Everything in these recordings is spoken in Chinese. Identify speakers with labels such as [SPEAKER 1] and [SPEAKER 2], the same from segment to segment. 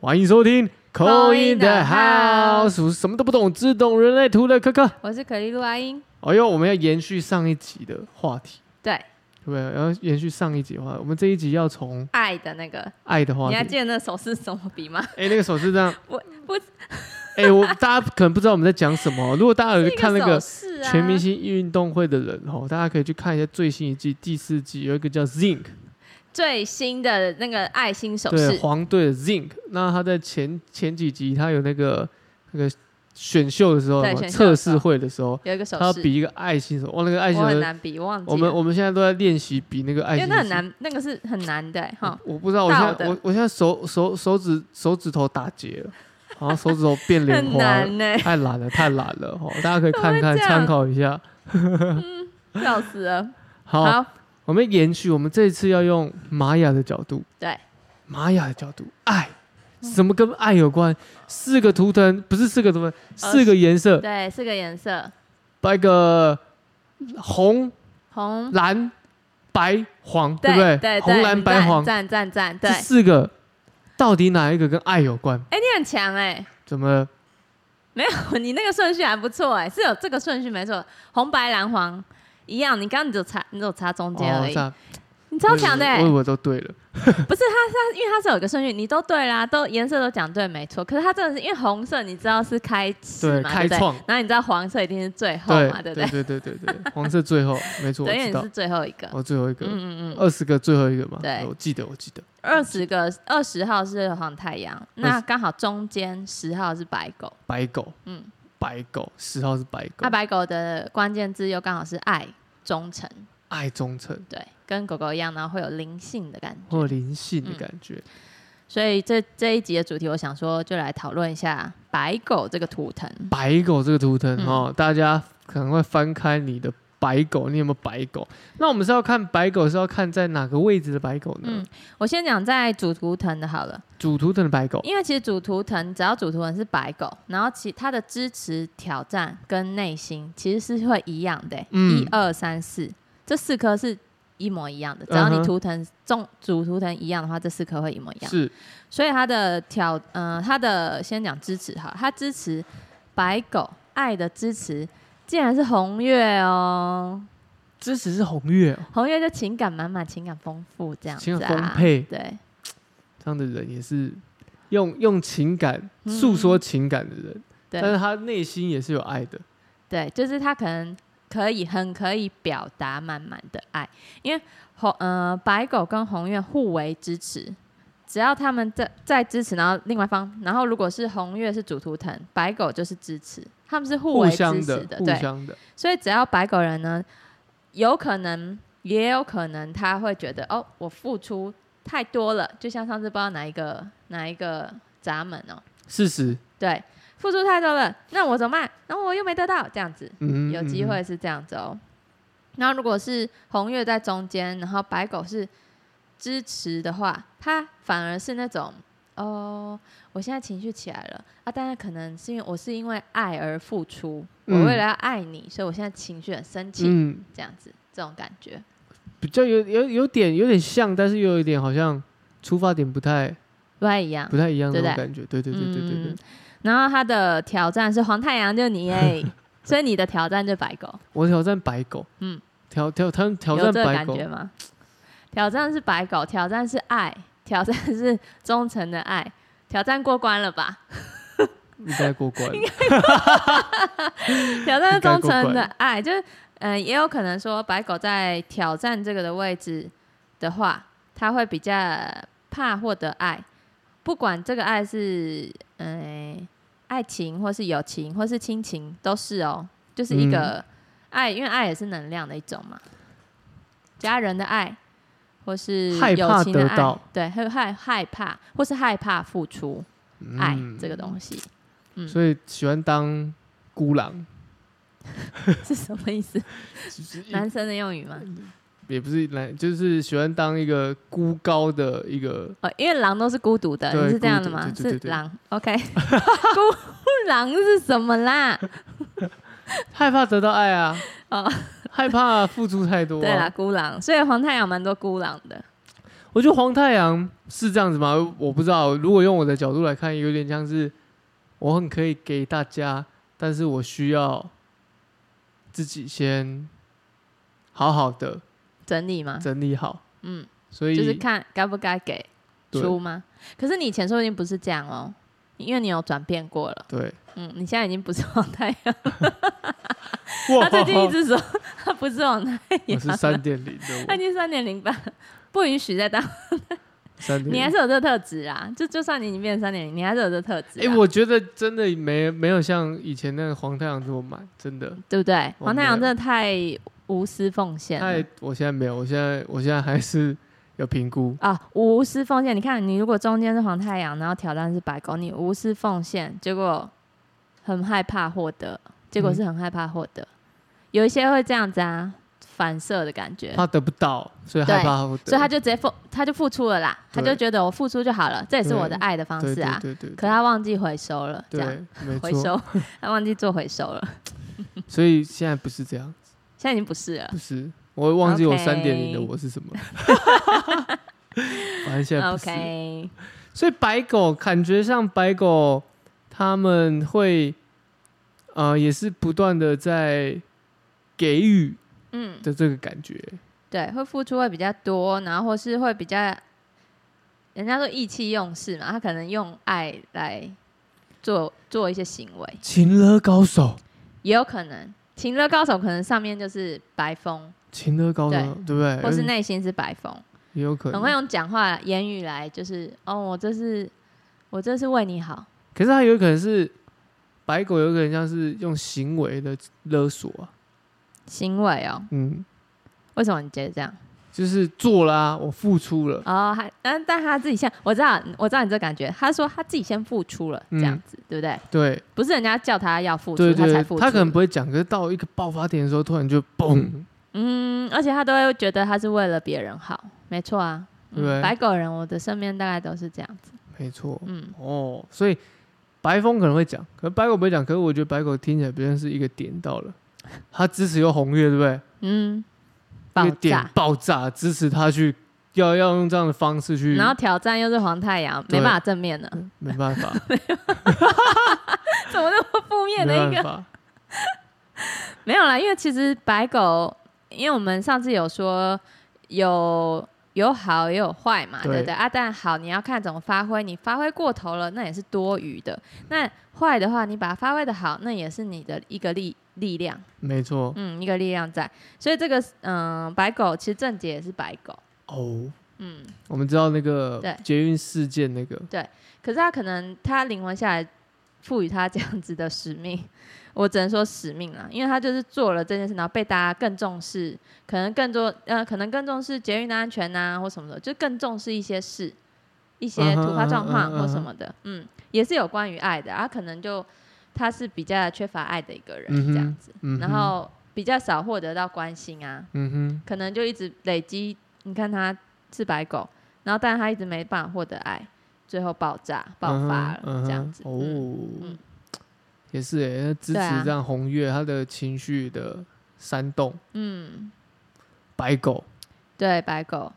[SPEAKER 1] 欢迎收听《Call in the
[SPEAKER 2] Call in the
[SPEAKER 1] House
[SPEAKER 2] House》，
[SPEAKER 1] 我是什么都不懂，只懂人类图的科科。
[SPEAKER 2] 我是可丽露阿英。
[SPEAKER 1] 哎呦，我们要延续上一集的话题，
[SPEAKER 2] 对，
[SPEAKER 1] 对不对？要延续上一集的话，我们这一集要从
[SPEAKER 2] 爱的那个，
[SPEAKER 1] 爱的话
[SPEAKER 2] 你还
[SPEAKER 1] 题。
[SPEAKER 2] 记得那手势怎么 比吗？
[SPEAKER 1] 哎，那个手势这样，
[SPEAKER 2] 我不
[SPEAKER 1] 哎，我大家可能不知道我们在讲什么。如果大家有去看那
[SPEAKER 2] 手
[SPEAKER 1] 个
[SPEAKER 2] 势啊，
[SPEAKER 1] 全明星运动会的人哦，大家可以去看一下最新一季第四季，有一个叫 Zinc，
[SPEAKER 2] 最新的那个爱心手
[SPEAKER 1] 对，
[SPEAKER 2] 势，
[SPEAKER 1] 黄队的 Zinc。那他在前前几集他有那个那个选秀的时候
[SPEAKER 2] 对，选秀的时候
[SPEAKER 1] 测试会的时候。
[SPEAKER 2] 有一个手
[SPEAKER 1] 他要
[SPEAKER 2] 势，
[SPEAKER 1] 比一个爱心手，哇，那个爱心
[SPEAKER 2] 我很
[SPEAKER 1] 手，
[SPEAKER 2] 难比，忘记
[SPEAKER 1] 我们
[SPEAKER 2] 了
[SPEAKER 1] 我们现在都在练习比那个爱
[SPEAKER 2] 因
[SPEAKER 1] 心
[SPEAKER 2] 为
[SPEAKER 1] 手，
[SPEAKER 2] 那很难，那个是很难的欸哈。
[SPEAKER 1] 我。我不知道，我现
[SPEAKER 2] 倒
[SPEAKER 1] 在
[SPEAKER 2] 的
[SPEAKER 1] 我我现在手手手指手指头打结了，然后手指头变莲
[SPEAKER 2] 很
[SPEAKER 1] 花了，
[SPEAKER 2] 难呢，
[SPEAKER 1] 太懒了，太懒了哦，大家可以看看
[SPEAKER 2] 这样
[SPEAKER 1] 参考一下。
[SPEAKER 2] 笑死了。
[SPEAKER 1] 好，
[SPEAKER 2] 好，
[SPEAKER 1] 我们延续，我们这一次要用玛雅的角度，
[SPEAKER 2] 对，
[SPEAKER 1] 玛雅的角度，爱。
[SPEAKER 2] 嗯
[SPEAKER 1] 什么跟爱有关？四个图腾不是四个图腾，四个颜色，
[SPEAKER 2] 呃对，四个颜色，
[SPEAKER 1] 把一个红、
[SPEAKER 2] 红，
[SPEAKER 1] 蓝、白、黄，对不
[SPEAKER 2] 对
[SPEAKER 1] 对？
[SPEAKER 2] 对，
[SPEAKER 1] 红、蓝、白、黄，
[SPEAKER 2] 赞赞赞，对
[SPEAKER 1] 这，四个到底哪一个跟爱有关？
[SPEAKER 2] 哎，你很强哎，
[SPEAKER 1] 怎么了？
[SPEAKER 2] 没有， 你那个顺序还不错哎，是有这个顺序没错，红白蓝黄一样，你刚刚只有插，你只有插中间而
[SPEAKER 1] 哦
[SPEAKER 2] 已
[SPEAKER 1] 这，样
[SPEAKER 2] 你超强的欸，
[SPEAKER 1] 我以为我以为都对了。
[SPEAKER 2] 不是它它，因为它是有一个顺序，你都对啦，都颜色都讲对没错，可是它真的是因为红色你知道是开始
[SPEAKER 1] 对，
[SPEAKER 2] 嘛，
[SPEAKER 1] 开
[SPEAKER 2] 对不对？
[SPEAKER 1] 创，
[SPEAKER 2] 然后你知道黄色一定是最后
[SPEAKER 1] 对
[SPEAKER 2] 嘛，对不
[SPEAKER 1] 对
[SPEAKER 2] 对？
[SPEAKER 1] 对对对对，黄色 最后，没错，我
[SPEAKER 2] 对，因为
[SPEAKER 1] 知
[SPEAKER 2] 你
[SPEAKER 1] 道
[SPEAKER 2] 是，最后一个，
[SPEAKER 1] 我最后一个，
[SPEAKER 2] 嗯嗯嗯，
[SPEAKER 1] 二十个最后一个嘛，
[SPEAKER 2] 对
[SPEAKER 1] 我记得我记得，
[SPEAKER 2] 二十个二十号是黄太阳，那刚好中间十号是白狗，
[SPEAKER 1] 白狗，
[SPEAKER 2] 嗯，啊
[SPEAKER 1] 白狗，十号是白狗
[SPEAKER 2] 那，白狗的关键字又刚好是爱、忠诚，
[SPEAKER 1] 爱忠诚
[SPEAKER 2] 对，跟狗狗一样，然后会有灵性的感觉。
[SPEAKER 1] 或灵性的感觉，
[SPEAKER 2] 嗯所以这这一集的主题，我想说就来讨论一下白狗这个图腾。
[SPEAKER 1] 白狗这个图腾
[SPEAKER 2] 嗯
[SPEAKER 1] 哦，大家可能会翻开你的白狗，你有没有白狗？那我们是要看白狗，是要看在哪个位置的白狗呢
[SPEAKER 2] 嗯？，我先讲在主图腾的好了。
[SPEAKER 1] 主图腾的白狗，
[SPEAKER 2] 因为其实主图腾，只要主图腾是白狗，然后其他的支持、挑战跟内心其实是会一样的、欸
[SPEAKER 1] 嗯
[SPEAKER 2] 一二三四这四颗是一模一样的。只要
[SPEAKER 1] 嗯哼
[SPEAKER 2] 你图腾中主图腾一样的话，这四颗会一模一样。
[SPEAKER 1] 是
[SPEAKER 2] 所以它的挑，嗯，它的先讲支持哈，它支持白狗爱的支持，竟然是红月哦，
[SPEAKER 1] 支持是红月哦。
[SPEAKER 2] 红月就情感满满、情感丰富这样子、啊，
[SPEAKER 1] 情感丰沛
[SPEAKER 2] 对。
[SPEAKER 1] 这样的人也是用用情感诉说情感的人，
[SPEAKER 2] 嗯对
[SPEAKER 1] 但是他内心也是有爱的，
[SPEAKER 2] 对，就是他可能可以很可以表达满满的爱，因为红呃白狗跟红月互为支持，只要他们在在支持，然后另外一方，然后如果是红月是主图腾，白狗就是支持，他们是互
[SPEAKER 1] 互
[SPEAKER 2] 为支
[SPEAKER 1] 相
[SPEAKER 2] 持
[SPEAKER 1] 的，互
[SPEAKER 2] 对，
[SPEAKER 1] 相的，
[SPEAKER 2] 所以只要白狗人呢，有可能也有可能他会觉得哦，我付出太多了，就像上次不知道哪一个哪一个闸门哦，
[SPEAKER 1] 事实，
[SPEAKER 2] 对，付出太多了，那我怎么办？然后我又没得到，这样子。
[SPEAKER 1] 嗯，
[SPEAKER 2] 有机
[SPEAKER 1] 嗯，
[SPEAKER 2] 会是这样子哦。那如果是红月在中间，然后白狗是支持的话，它反而是那种哦，我现在情绪起来了啊，但是可能是因为我是因为爱而付出，
[SPEAKER 1] 嗯
[SPEAKER 2] 我为了要爱你，所以我现在情绪很生气，
[SPEAKER 1] 嗯，嗯
[SPEAKER 2] 这样子这种感觉。
[SPEAKER 1] 比较有有有点有点像，但是又有一点好像出发点不太
[SPEAKER 2] 不太一样
[SPEAKER 1] 不，太一样的
[SPEAKER 2] 啊对不
[SPEAKER 1] 那种
[SPEAKER 2] 对
[SPEAKER 1] 感觉，对对对对对对
[SPEAKER 2] 嗯，。然后它的挑战是黄太阳，就你 哎，所以你的挑战就白狗，
[SPEAKER 1] 我挑战白狗，
[SPEAKER 2] 嗯，
[SPEAKER 1] 挑挑挑挑
[SPEAKER 2] 有
[SPEAKER 1] 战
[SPEAKER 2] 这个
[SPEAKER 1] 白
[SPEAKER 2] 感
[SPEAKER 1] 狗
[SPEAKER 2] 觉，吗？挑战是白狗，挑战是爱，挑战是忠诚的爱，挑战过关了吧？
[SPEAKER 1] 应该过关，
[SPEAKER 2] 挑战是忠
[SPEAKER 1] 应该过
[SPEAKER 2] 诚的
[SPEAKER 1] 关
[SPEAKER 2] 爱，就是嗯、呃也有可能说白狗在挑战这个的位置的话，它会比较怕获得爱，不管这个爱是嗯、呃爱情，或是友情，或是亲情，都是哦，就是一
[SPEAKER 1] 嗯
[SPEAKER 2] 个爱，因为爱也是能量的一种嘛，家人的爱。或是
[SPEAKER 1] 害怕
[SPEAKER 2] 友情的
[SPEAKER 1] 得
[SPEAKER 2] 爱
[SPEAKER 1] 到，
[SPEAKER 2] 对，会害害怕，或是害怕付出 爱、
[SPEAKER 1] 嗯
[SPEAKER 2] 这个东西 嗯
[SPEAKER 1] 所以喜欢当孤狼，
[SPEAKER 2] 是什么意思？
[SPEAKER 1] 就是一
[SPEAKER 2] 男生的用语吗？
[SPEAKER 1] 也不是男，就是喜欢当一个孤高的一 个
[SPEAKER 2] 哦，因为狼都是孤独的，
[SPEAKER 1] 对
[SPEAKER 2] 你是这样的吗
[SPEAKER 1] 孤？独对对
[SPEAKER 2] 是
[SPEAKER 1] 对对
[SPEAKER 2] 狼，OK？孤狼是什么啦？
[SPEAKER 1] 害怕得到爱啊，
[SPEAKER 2] 哦
[SPEAKER 1] 害怕付出太多、啊。
[SPEAKER 2] 对啦，孤狼，所以黄太阳蛮多孤狼的。
[SPEAKER 1] 我觉得黄太阳是这样子吗？我不知道。如果用我的角度来看，有点像是我很可以给大家，但是我需要自己先好好的
[SPEAKER 2] 整理吗？
[SPEAKER 1] 整理好。
[SPEAKER 2] 嗯，
[SPEAKER 1] 所以
[SPEAKER 2] 就是看该不该给
[SPEAKER 1] 对
[SPEAKER 2] 出吗？可是你以前说不定不是这样哦，因为你有转变过了。
[SPEAKER 1] 对，
[SPEAKER 2] 嗯，你现在已经不是王太 阳，
[SPEAKER 1] 哇
[SPEAKER 2] 他最近一直啊说他不是王太
[SPEAKER 1] 我
[SPEAKER 2] 阳，
[SPEAKER 1] 是三点零
[SPEAKER 2] 他
[SPEAKER 1] 的
[SPEAKER 2] 已经三点零八，不允许再当。
[SPEAKER 1] 我，三
[SPEAKER 2] 你还
[SPEAKER 1] 点。
[SPEAKER 2] 是有这个特质啊，就就算你已经变三点零，你还是有这个特质、啊。
[SPEAKER 1] 哎、我觉得真的没没有像以前那个黄太阳这么满，真的。
[SPEAKER 2] 对不对？
[SPEAKER 1] 我
[SPEAKER 2] 黄太阳
[SPEAKER 1] 没有
[SPEAKER 2] 真的太无私奉献了
[SPEAKER 1] 太，我现在没有，我现在我现在还是有评估。
[SPEAKER 2] 啊，无私奉献。你看，你如果中间是黄太阳，然后挑战是白狗，你无私奉献，结果很害怕获得，结
[SPEAKER 1] 嗯
[SPEAKER 2] 果是很害怕获得。有一些会这样子啊，反射的感觉，
[SPEAKER 1] 他得不到，所以害怕获得，
[SPEAKER 2] 所以他就直接付，他就付出了啦，他
[SPEAKER 1] 对
[SPEAKER 2] 就觉得我付出就好了，这也是
[SPEAKER 1] 对
[SPEAKER 2] 我的爱的方
[SPEAKER 1] 对
[SPEAKER 2] 式啊。
[SPEAKER 1] 对对对
[SPEAKER 2] 可他忘记回收了，这样
[SPEAKER 1] 对，没
[SPEAKER 2] 回
[SPEAKER 1] 错。
[SPEAKER 2] 收， 他忘记做回收了，
[SPEAKER 1] 所以现在不是这样，
[SPEAKER 2] 现在已经不是了。
[SPEAKER 1] 不是，我忘记我
[SPEAKER 2] OK
[SPEAKER 1] 三点零的我是什么。 反正 现在不是。
[SPEAKER 2] OK，
[SPEAKER 1] 所以白狗感觉上白狗他们会，呃，也是不断的在给予
[SPEAKER 2] 嗯。
[SPEAKER 1] 的这个感觉。
[SPEAKER 2] 对，会付出会比较多，然后或是会比较，人家说意气用事嘛，他可能用爱来做做一些行为，
[SPEAKER 1] 情勒高手，
[SPEAKER 2] 也有可能情乐高手可能上面就是白风，
[SPEAKER 1] 情勒高手，对不对？
[SPEAKER 2] 或是内心是白风，
[SPEAKER 1] 也有可
[SPEAKER 2] 很会
[SPEAKER 1] 能，
[SPEAKER 2] 用讲话言语来就是哦，我这是我这是为你好，
[SPEAKER 1] 可是他有可能是白狗，有可能像是用行为的勒索啊。
[SPEAKER 2] 行为哦，
[SPEAKER 1] 嗯，
[SPEAKER 2] 为什么你觉得这样？
[SPEAKER 1] 就是做啦、我付出了，
[SPEAKER 2] 哦，还嗯，但他自己先，我知道我知道你这感觉，他说他自己先付出了，这样
[SPEAKER 1] 嗯
[SPEAKER 2] 子、对不对？
[SPEAKER 1] 对
[SPEAKER 2] 不是人家叫他要付出，
[SPEAKER 1] 对
[SPEAKER 2] 他
[SPEAKER 1] 对
[SPEAKER 2] 才，付出，
[SPEAKER 1] 他可能不会讲，可是到一个爆发点的时候，突然就嘣，
[SPEAKER 2] 嗯，而且他都会觉得他是为了别人好，没错啊。
[SPEAKER 1] 对不对
[SPEAKER 2] 嗯、白狗人，我的身边大概都是这样子。
[SPEAKER 1] 没错，
[SPEAKER 2] 嗯，
[SPEAKER 1] 哦，所以白风可能会讲，可是白狗不会讲，可是我觉得白狗听起来不像是一个点到了，他支持又红月，对不对？
[SPEAKER 2] 嗯，
[SPEAKER 1] 一
[SPEAKER 2] 爆
[SPEAKER 1] 个点
[SPEAKER 2] 炸，
[SPEAKER 1] 爆炸支持他去，要要用这样的方式去，
[SPEAKER 2] 然后挑战又是黄太阳，没
[SPEAKER 1] 对
[SPEAKER 2] 办法正面的，
[SPEAKER 1] 没办法，
[SPEAKER 2] 怎么那么负面
[SPEAKER 1] 没
[SPEAKER 2] 的一
[SPEAKER 1] 办
[SPEAKER 2] 个？
[SPEAKER 1] 法，
[SPEAKER 2] 没有啦，因为其实白狗，因为我们上次有说有有好也有坏嘛，
[SPEAKER 1] 对
[SPEAKER 2] 对不对？啊，但好你要看怎么发挥，你发挥过头了，那也是多余的；那坏的话，你把它发挥的好，那也是你的一个力力量。
[SPEAKER 1] 没错，
[SPEAKER 2] 嗯，一个力量在，所以这个嗯、白狗其实正解也是白狗，
[SPEAKER 1] 哦，
[SPEAKER 2] 嗯，
[SPEAKER 1] 我们知道那个
[SPEAKER 2] 对
[SPEAKER 1] 捷运事件那个，
[SPEAKER 2] 可是他可能他灵魂下来赋予他这样子的使命， 我只能说使命啦，因为他就是做了这件事，然后被大家更重视，可能更多呃，可能更重视捷运的安全呐、或什么的，就更重视一些事，一些
[SPEAKER 1] 嗯哼
[SPEAKER 2] 突发状况
[SPEAKER 1] 嗯哼
[SPEAKER 2] 或
[SPEAKER 1] 嗯
[SPEAKER 2] 什
[SPEAKER 1] 哼
[SPEAKER 2] 么的，嗯，也是有关于爱的，啊，可能就他是比较缺乏爱的一个人、
[SPEAKER 1] 嗯哼
[SPEAKER 2] 这样子，
[SPEAKER 1] 嗯哼，
[SPEAKER 2] 然后比较少获得到关心啊，
[SPEAKER 1] 嗯哼，
[SPEAKER 2] 可能就一直累积。你看他是白狗，然后但他一直没办法获得爱，最后爆炸爆发了、
[SPEAKER 1] 嗯哼
[SPEAKER 2] 这样子。
[SPEAKER 1] 嗯哼
[SPEAKER 2] 嗯
[SPEAKER 1] 哦
[SPEAKER 2] 嗯，
[SPEAKER 1] 也是诶，那支持
[SPEAKER 2] 对啊
[SPEAKER 1] 这样红月他的情绪的煽动，
[SPEAKER 2] 嗯，
[SPEAKER 1] 白狗
[SPEAKER 2] 对，白狗。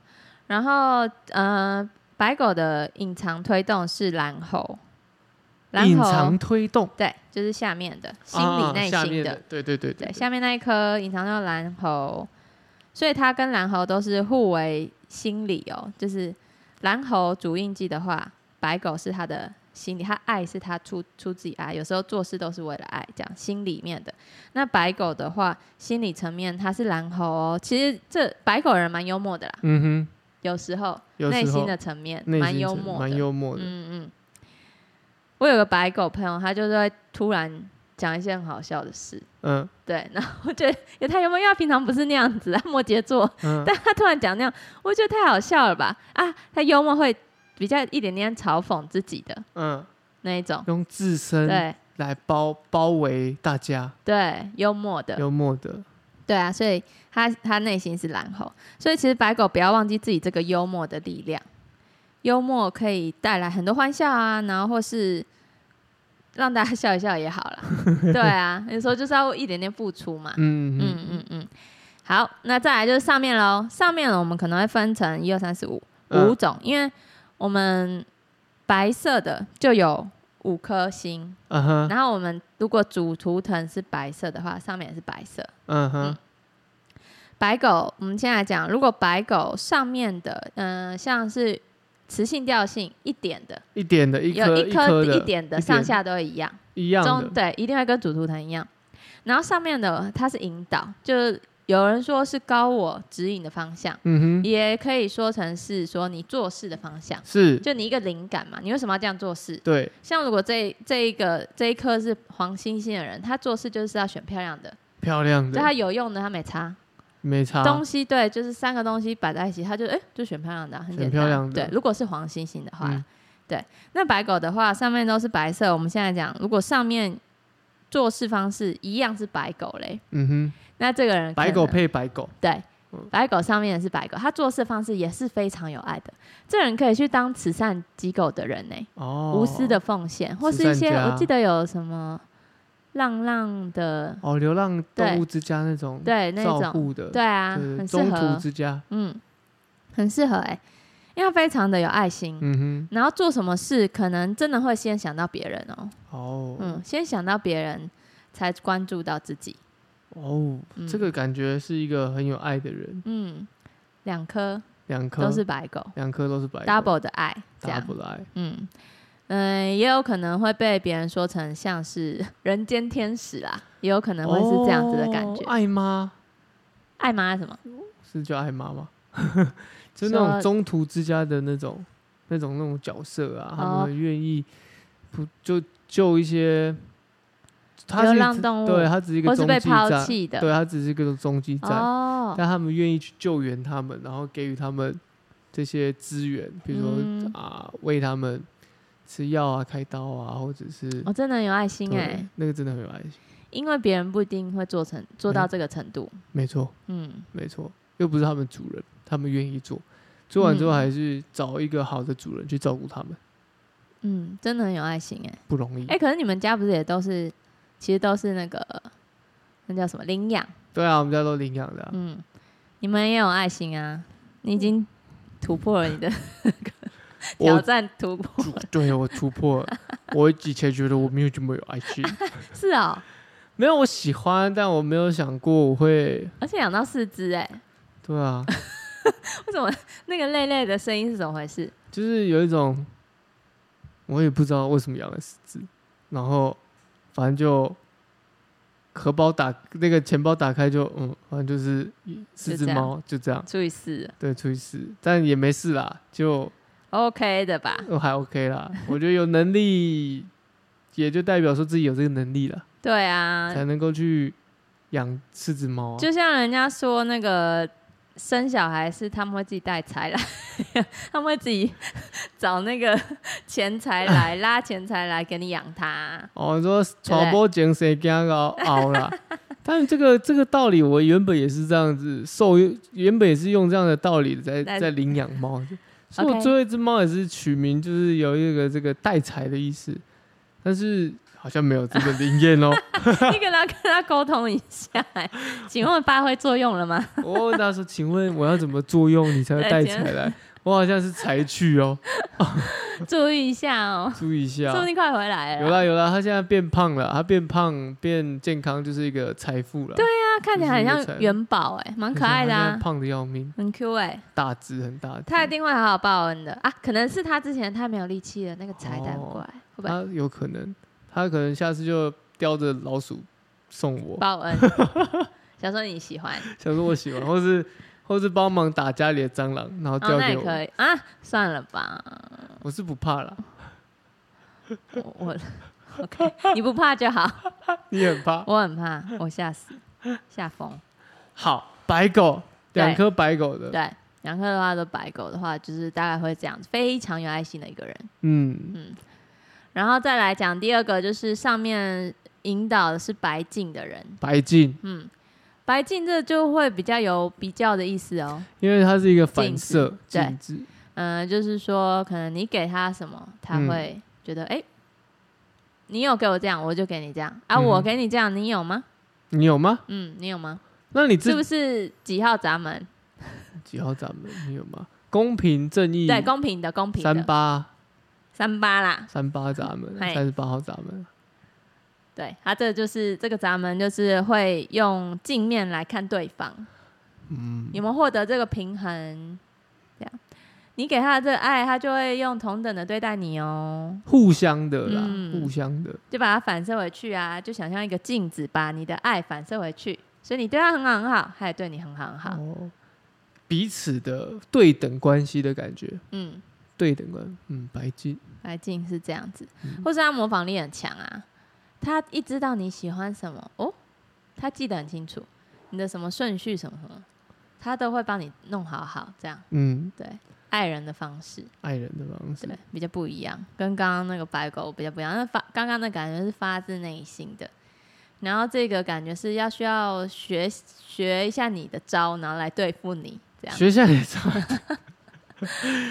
[SPEAKER 2] 然后呃，白狗的隐藏推动是蓝猴，蓝
[SPEAKER 1] 隐
[SPEAKER 2] 猴
[SPEAKER 1] 藏推动，
[SPEAKER 2] 对，就是下面的心
[SPEAKER 1] 啊
[SPEAKER 2] 理内
[SPEAKER 1] 下
[SPEAKER 2] 心
[SPEAKER 1] 面
[SPEAKER 2] 的，
[SPEAKER 1] 对对对
[SPEAKER 2] 对，
[SPEAKER 1] 对，
[SPEAKER 2] 下面那一颗隐藏叫蓝猴，所以它跟蓝猴都是互为心理哦，就是蓝猴主印记的话，白狗是它的心理，它爱是它出出自己爱，有时候做事都是为了爱，这样心里面的。那白狗的话，心理层面它是蓝猴哦，其实这白狗人蛮幽默的啦，
[SPEAKER 1] 嗯哼，
[SPEAKER 2] 有时候
[SPEAKER 1] 有
[SPEAKER 2] 内
[SPEAKER 1] 时
[SPEAKER 2] 心
[SPEAKER 1] 候
[SPEAKER 2] 的层面
[SPEAKER 1] 内
[SPEAKER 2] 蛮
[SPEAKER 1] 心
[SPEAKER 2] 幽
[SPEAKER 1] 层
[SPEAKER 2] 默的，
[SPEAKER 1] 蛮幽默的，
[SPEAKER 2] 嗯嗯，我有个白狗朋友，他就是会突然讲一些很好笑的事。
[SPEAKER 1] 嗯
[SPEAKER 2] 对， 然后我觉得也太幽默，因为他平常不是那样子，他摩羯座，
[SPEAKER 1] 嗯，
[SPEAKER 2] 但他突然讲那样，我觉得太好笑了吧？啊，他幽默会比较一点点嘲讽自己的
[SPEAKER 1] 嗯，
[SPEAKER 2] 那一种，
[SPEAKER 1] 用自身
[SPEAKER 2] 对
[SPEAKER 1] 来包包围大家，
[SPEAKER 2] 对，幽默的，
[SPEAKER 1] 幽默的，
[SPEAKER 2] 对啊，所以他他内心是蓝猴，所以其实白狗不要忘记自己这个幽默的力量，幽默可以带来很多欢笑啊，然后或是让大家笑一笑也好啦。对啊，有时候就是要一点点付出嘛，
[SPEAKER 1] 嗯嗯
[SPEAKER 2] 嗯嗯嗯。好，那再来就是上面喽。上面我们可能会分成一二三四五，
[SPEAKER 1] 嗯
[SPEAKER 2] 五种，因为我们白色的就有五颗星，
[SPEAKER 1] 嗯哼，
[SPEAKER 2] 然后我们如果主图腾是白色的话，上面也是白色。
[SPEAKER 1] 嗯哼
[SPEAKER 2] 嗯，白狗，我们先来讲，如果白狗上面的，嗯、像是雌性调性一点的，
[SPEAKER 1] 一点的，一
[SPEAKER 2] 有
[SPEAKER 1] 颗
[SPEAKER 2] 一
[SPEAKER 1] 颗
[SPEAKER 2] 一
[SPEAKER 1] 的，
[SPEAKER 2] 点的
[SPEAKER 1] 一
[SPEAKER 2] 上
[SPEAKER 1] 点
[SPEAKER 2] 下都会一样，
[SPEAKER 1] 一样
[SPEAKER 2] 中
[SPEAKER 1] 的，
[SPEAKER 2] 对，一定会跟主图腾一样。然后上面的它是引导，就是有人说是高我指引的方向，
[SPEAKER 1] 嗯哼，
[SPEAKER 2] 也可以说成是说你做事的方向，
[SPEAKER 1] 是，
[SPEAKER 2] 就你一个灵感嘛，你为什么要这样做事？
[SPEAKER 1] 对，
[SPEAKER 2] 像如果这这一个这一颗是黄星星的人，他做事就是要选漂亮的，
[SPEAKER 1] 漂亮
[SPEAKER 2] 就他
[SPEAKER 1] 的，
[SPEAKER 2] 有用的他没差。
[SPEAKER 1] 没差，
[SPEAKER 2] 东西对，就是三个东西摆在一起，他就哎、就选漂亮的啊、很
[SPEAKER 1] 选
[SPEAKER 2] 简单。
[SPEAKER 1] 漂亮的
[SPEAKER 2] 对，如果是黄星星的话，
[SPEAKER 1] 嗯
[SPEAKER 2] 对，那白狗的话上面都是白色。我们现在讲，如果上面做事方式一样是白狗嘞，
[SPEAKER 1] 嗯哼，
[SPEAKER 2] 那这个人可
[SPEAKER 1] 白
[SPEAKER 2] 能
[SPEAKER 1] 狗配白狗，
[SPEAKER 2] 对
[SPEAKER 1] 嗯。
[SPEAKER 2] 白狗上面的是白狗，他做事方式也是非常有爱的。这人可以去当慈善机构的人呢、
[SPEAKER 1] 哦，
[SPEAKER 2] 无私的奉献，或
[SPEAKER 1] 慈
[SPEAKER 2] 是一
[SPEAKER 1] 善
[SPEAKER 2] 些
[SPEAKER 1] 家
[SPEAKER 2] 我记得有什么浪浪的，
[SPEAKER 1] 哦，流浪动物之家那种
[SPEAKER 2] 对那
[SPEAKER 1] 照
[SPEAKER 2] 种，
[SPEAKER 1] 顾的，
[SPEAKER 2] 对啊，
[SPEAKER 1] 对
[SPEAKER 2] 很适
[SPEAKER 1] 中途
[SPEAKER 2] 合，
[SPEAKER 1] 之家，
[SPEAKER 2] 嗯，很适合哎、因为他非常的有爱心，
[SPEAKER 1] 嗯
[SPEAKER 2] 然后做什么事可能真的会先想到别人哦，
[SPEAKER 1] 哼，哦，
[SPEAKER 2] 嗯，先想到别人才关注到自己，
[SPEAKER 1] 哦，
[SPEAKER 2] 嗯
[SPEAKER 1] 这个感觉是一个很有爱的人，
[SPEAKER 2] 嗯，两颗
[SPEAKER 1] 两颗
[SPEAKER 2] 都是白狗
[SPEAKER 1] 两颗都是白狗
[SPEAKER 2] double 的爱，这样，
[SPEAKER 1] double 的爱，
[SPEAKER 2] 嗯。嗯，也有可能会被别人说成像是人间天使啦，也有可能会是这样子的感觉。
[SPEAKER 1] 哦爱妈
[SPEAKER 2] 爱妈什么？
[SPEAKER 1] 是叫爱妈吗？
[SPEAKER 2] 啊
[SPEAKER 1] 就那种
[SPEAKER 2] 说
[SPEAKER 1] 中途之家的那种、那种、那种角色啊，他
[SPEAKER 2] 哦
[SPEAKER 1] 们愿意不就救一些，他
[SPEAKER 2] 流
[SPEAKER 1] 是一
[SPEAKER 2] 浪
[SPEAKER 1] 只
[SPEAKER 2] 动物
[SPEAKER 1] 对他只是一个
[SPEAKER 2] 或是
[SPEAKER 1] 中
[SPEAKER 2] 被
[SPEAKER 1] 继
[SPEAKER 2] 抛
[SPEAKER 1] 站，
[SPEAKER 2] 弃的
[SPEAKER 1] 对他只是一个中继站，
[SPEAKER 2] 哦，
[SPEAKER 1] 但他们愿意去救援他们，然后给予他们这些资源，比如说、
[SPEAKER 2] 嗯
[SPEAKER 1] 啊，喂他们吃药啊、开刀啊，或者是、
[SPEAKER 2] 我、哦真的很有爱心哎、
[SPEAKER 1] 对那个真的很有爱心，
[SPEAKER 2] 因为别人不一定会做成做到这个程度。
[SPEAKER 1] 没错，
[SPEAKER 2] 嗯，
[SPEAKER 1] 没错，又不是他们主人，他们愿意做，做完之后
[SPEAKER 2] 嗯
[SPEAKER 1] 还是找一个好的主人去照顾他们，
[SPEAKER 2] 嗯，真的很有爱心哎、
[SPEAKER 1] 不容易。
[SPEAKER 2] 哎、可是你们家不是也都是，其实都是那个那叫什么领养？
[SPEAKER 1] 对啊，我们家都领养的、啊，
[SPEAKER 2] 嗯，你们也有爱心啊，你已经突破了你的挑
[SPEAKER 1] 我
[SPEAKER 2] 战，突破
[SPEAKER 1] 主对我突破 了。我以前觉得我没有这么有爱心，
[SPEAKER 2] 是哦，
[SPEAKER 1] 没有我喜欢，但我没有想过我会。
[SPEAKER 2] 而且养到四只哎、
[SPEAKER 1] 对 啊，
[SPEAKER 2] 为什么那个累累的声音是怎么回事？
[SPEAKER 1] 就是有一种，我也不知道为什么养了四只，然后反正就荷包打那个钱包打开就嗯，反正就是四
[SPEAKER 2] 就
[SPEAKER 1] 只
[SPEAKER 2] 这样
[SPEAKER 1] 猫就这样，
[SPEAKER 2] 注意四
[SPEAKER 1] 对，出去试，但也没事啦，就
[SPEAKER 2] ，OK 的吧？
[SPEAKER 1] 呃还 OK 啦。 我觉得有能力，也就代表说自己有这个能力了，
[SPEAKER 2] 对啊，
[SPEAKER 1] 才能够去养四只猫啊。
[SPEAKER 2] 就像人家说那个生小孩是他们会自己带财来， 他们会自己 找那个钱财来拉钱财来给你养 它。
[SPEAKER 1] 哦，你说传播精神刚刚熬 啦。但这个这个道理，我原本也是这样子受，原本也是用这样的道理在
[SPEAKER 2] 来
[SPEAKER 1] 在领养猫的，所以我最后一只猫也是取名就是有一个这个带财的意思，但是好像没有这个 灵验哦。
[SPEAKER 2] 你跟他跟他沟通一下、哎请问发挥作用了吗？
[SPEAKER 1] 我问他说：“请问我要怎么作用你才会
[SPEAKER 2] 对
[SPEAKER 1] 带
[SPEAKER 2] 呃请问
[SPEAKER 1] 财来？”我好像是财去哦，
[SPEAKER 2] 注意一下哦，
[SPEAKER 1] 注意一下
[SPEAKER 2] 说不
[SPEAKER 1] 哦。
[SPEAKER 2] 定快回来
[SPEAKER 1] 有
[SPEAKER 2] 了。
[SPEAKER 1] 啦有啦，他现在变胖了，他变胖变健康就是一个财富了。对啊，
[SPEAKER 2] 他看起来很像元宝，哎，蛮可爱的
[SPEAKER 1] 他现
[SPEAKER 2] 啊
[SPEAKER 1] 在，胖的要命，
[SPEAKER 2] 很 Q 哎、
[SPEAKER 1] 大只很大只。
[SPEAKER 2] 他一定会好好报恩的啊。可能是他之前太没有力气了，那个财
[SPEAKER 1] 哦
[SPEAKER 2] 带不过来，会不会
[SPEAKER 1] 他有可能，他可能下次就叼着老鼠送 我，
[SPEAKER 2] 报 恩？想说你喜欢。
[SPEAKER 1] 想说我喜欢，或是或是帮忙打家里的蟑螂，然后
[SPEAKER 2] 哦，
[SPEAKER 1] 叼
[SPEAKER 2] 那
[SPEAKER 1] 给
[SPEAKER 2] 也
[SPEAKER 1] 我，
[SPEAKER 2] 可以啊，算了吧，
[SPEAKER 1] 我是不怕啦，
[SPEAKER 2] 我我 OK，你不 怕就好，
[SPEAKER 1] 你很怕。
[SPEAKER 2] 我很怕，我 吓死，吓疯。
[SPEAKER 1] 好，白狗，
[SPEAKER 2] 对
[SPEAKER 1] 两颗白狗的，
[SPEAKER 2] 对，两克的话都白狗的话，就是大概会这样，非常有爱心的一个人。
[SPEAKER 1] 嗯，
[SPEAKER 2] 然后再来讲第二个，就是上面引导的是白净的人，
[SPEAKER 1] 白净，
[SPEAKER 2] 嗯，白净这就会比较有比较的意思哦，
[SPEAKER 1] 因为它是一个反
[SPEAKER 2] 镜子
[SPEAKER 1] 射
[SPEAKER 2] 对
[SPEAKER 1] 镜子，
[SPEAKER 2] 嗯、就是说可能你给他什么，他
[SPEAKER 1] 嗯
[SPEAKER 2] 会觉得哎。诶你有给我这样，我就给你这样啊！
[SPEAKER 1] 嗯哼
[SPEAKER 2] 我给你这样，你有吗？
[SPEAKER 1] 你有吗？
[SPEAKER 2] 嗯，你有吗？
[SPEAKER 1] 那你
[SPEAKER 2] 是
[SPEAKER 1] 自
[SPEAKER 2] 不是几号闸门？
[SPEAKER 1] 几号闸门？你有吗？公平正义，
[SPEAKER 2] 对，公平的，公平
[SPEAKER 1] 三
[SPEAKER 2] 的，
[SPEAKER 1] 八
[SPEAKER 2] 三八啦，
[SPEAKER 1] 三八闸门，啊
[SPEAKER 2] 嗨
[SPEAKER 1] 三十八号闸门，啊
[SPEAKER 2] 对，他这个就是这个闸门，就是会用镜面来看对方，
[SPEAKER 1] 嗯，
[SPEAKER 2] 有没有获得这个平衡？这样，你给他的这个爱，他就会用同等的对待你哦，
[SPEAKER 1] 互相的啦，
[SPEAKER 2] 嗯
[SPEAKER 1] 互相的，
[SPEAKER 2] 就把它反射回去啊，就想象一个镜子，把你的爱反射回去，所以你对他很好很好，他也对你很好很好，
[SPEAKER 1] 哦，彼此的对等关系的感觉，
[SPEAKER 2] 嗯。
[SPEAKER 1] 对等关，嗯，白金，
[SPEAKER 2] 白净是这样子，或是他模仿力很强啊，他一知道你喜欢什么哦，他记得很清楚，你的什么顺序什么什么，他都会帮你弄好好，这样
[SPEAKER 1] 嗯，
[SPEAKER 2] 对，爱人的方式
[SPEAKER 1] 爱人的方式
[SPEAKER 2] 对，比较不一样，跟刚刚那个白狗比较不一样，那发刚刚的感觉是发自内心的，然后这个感觉是要需要学学一下你的招，然后来对付你这样。
[SPEAKER 1] 学校也差，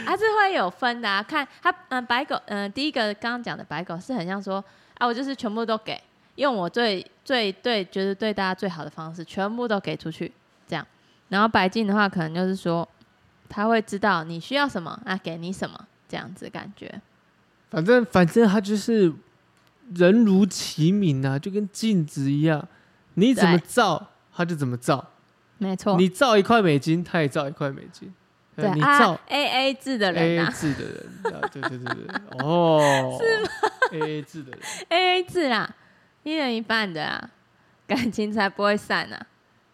[SPEAKER 2] 它是会有分的、啊，看它，嗯、白狗，嗯、第一个刚刚讲的白狗是很像说，啊，我就是全部都给，用我最最对，觉得对大家最好的方式，全部都给出去，这样。然后白金的话，可能就是说，他会知道你需要什么，啊，给你什么，这样子的感觉。
[SPEAKER 1] 反正反正他就是人如其名啊，就跟镜子一样，你怎么
[SPEAKER 2] 对
[SPEAKER 1] 照他就怎么照，
[SPEAKER 2] 没错，
[SPEAKER 1] 你照一块美金，他也照一块美金，
[SPEAKER 2] 哦对
[SPEAKER 1] 呃你照
[SPEAKER 2] 啊，A A 制的人
[SPEAKER 1] A
[SPEAKER 2] 啊
[SPEAKER 1] 字的人，啊，对对对对， 哦，是吗？A 字的人，
[SPEAKER 2] ，A A 制啦，一人一半的啊，感情才不会散啊。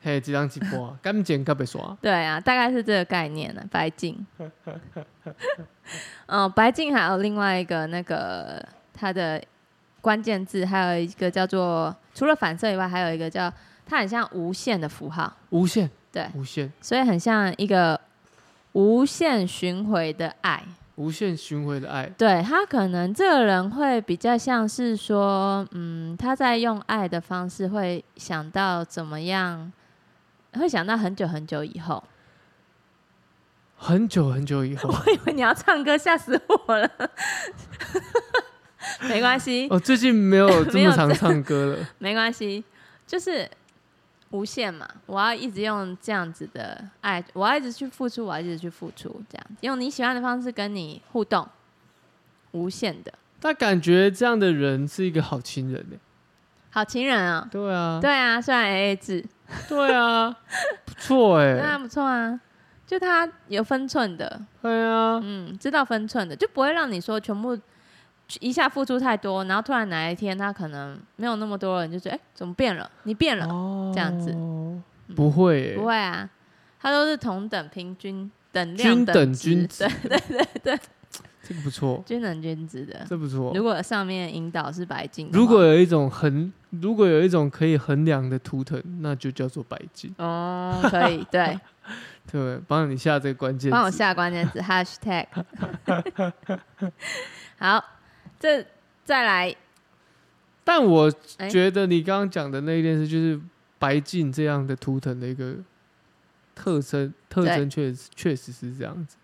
[SPEAKER 1] 嘿，这张直播，干剪干被刷，
[SPEAKER 2] 对啊，大概是这个概念呢、白净， 嗯，白净还有另外一个那个它的关键字，还有一个叫做除了反射以外，还有一个叫它很像无限的符号，
[SPEAKER 1] 无限，
[SPEAKER 2] 对
[SPEAKER 1] 无限，
[SPEAKER 2] 所以很像一个无限巡回的爱。
[SPEAKER 1] 无限巡回的爱，
[SPEAKER 2] 对他可能这个人会比较像是说，嗯，他在用爱的方式会想到怎么样，会想到很久很久以后。
[SPEAKER 1] 很久很久以 后，
[SPEAKER 2] 我以为你要唱歌，吓死我了。 没关系，
[SPEAKER 1] 哦，最近没 有这
[SPEAKER 2] 没有
[SPEAKER 1] 么常唱歌了，
[SPEAKER 2] 没关系，就是无限嘛。我要一直用这样子的爱，我要一直去付出，我要一直去付出，这样用你喜欢的方式跟你互动，无限的
[SPEAKER 1] 但感觉这样的人是一个好情人呢，
[SPEAKER 2] 好情人啊、
[SPEAKER 1] 对啊，
[SPEAKER 2] 对啊，虽然 A A 制，
[SPEAKER 1] 对啊，不错
[SPEAKER 2] 那
[SPEAKER 1] 哎，
[SPEAKER 2] 不错啊。就他有分寸的，
[SPEAKER 1] 对啊，
[SPEAKER 2] 嗯，知道分寸的，就不会让你说全部一下付出太多，然后突然哪一天他可能没有那么多了，你就觉得哎、怎么变了？你变了？
[SPEAKER 1] 哦，
[SPEAKER 2] 这样子嗯
[SPEAKER 1] 不会欸，
[SPEAKER 2] 不会啊，他都是同等、平均、等量
[SPEAKER 1] 均等
[SPEAKER 2] 值
[SPEAKER 1] 均值
[SPEAKER 2] 对，
[SPEAKER 1] 这个不错，
[SPEAKER 2] 均等均值的。
[SPEAKER 1] 这不错
[SPEAKER 2] 如。果上面引导是白金的
[SPEAKER 1] 哦
[SPEAKER 2] 话，
[SPEAKER 1] 如果有一种衡，如果有一种可以衡量的图腾，那就叫做白金。
[SPEAKER 2] 哦，可以， 对，
[SPEAKER 1] 对，帮你下这个关键
[SPEAKER 2] 帮我
[SPEAKER 1] 字。
[SPEAKER 2] 下关键 词 hashtag。好，这再来，
[SPEAKER 1] 但我
[SPEAKER 2] 哎
[SPEAKER 1] 觉得你刚刚讲的那一件事，就是白净这样的图腾的一个特征，特征确实确实是这样子。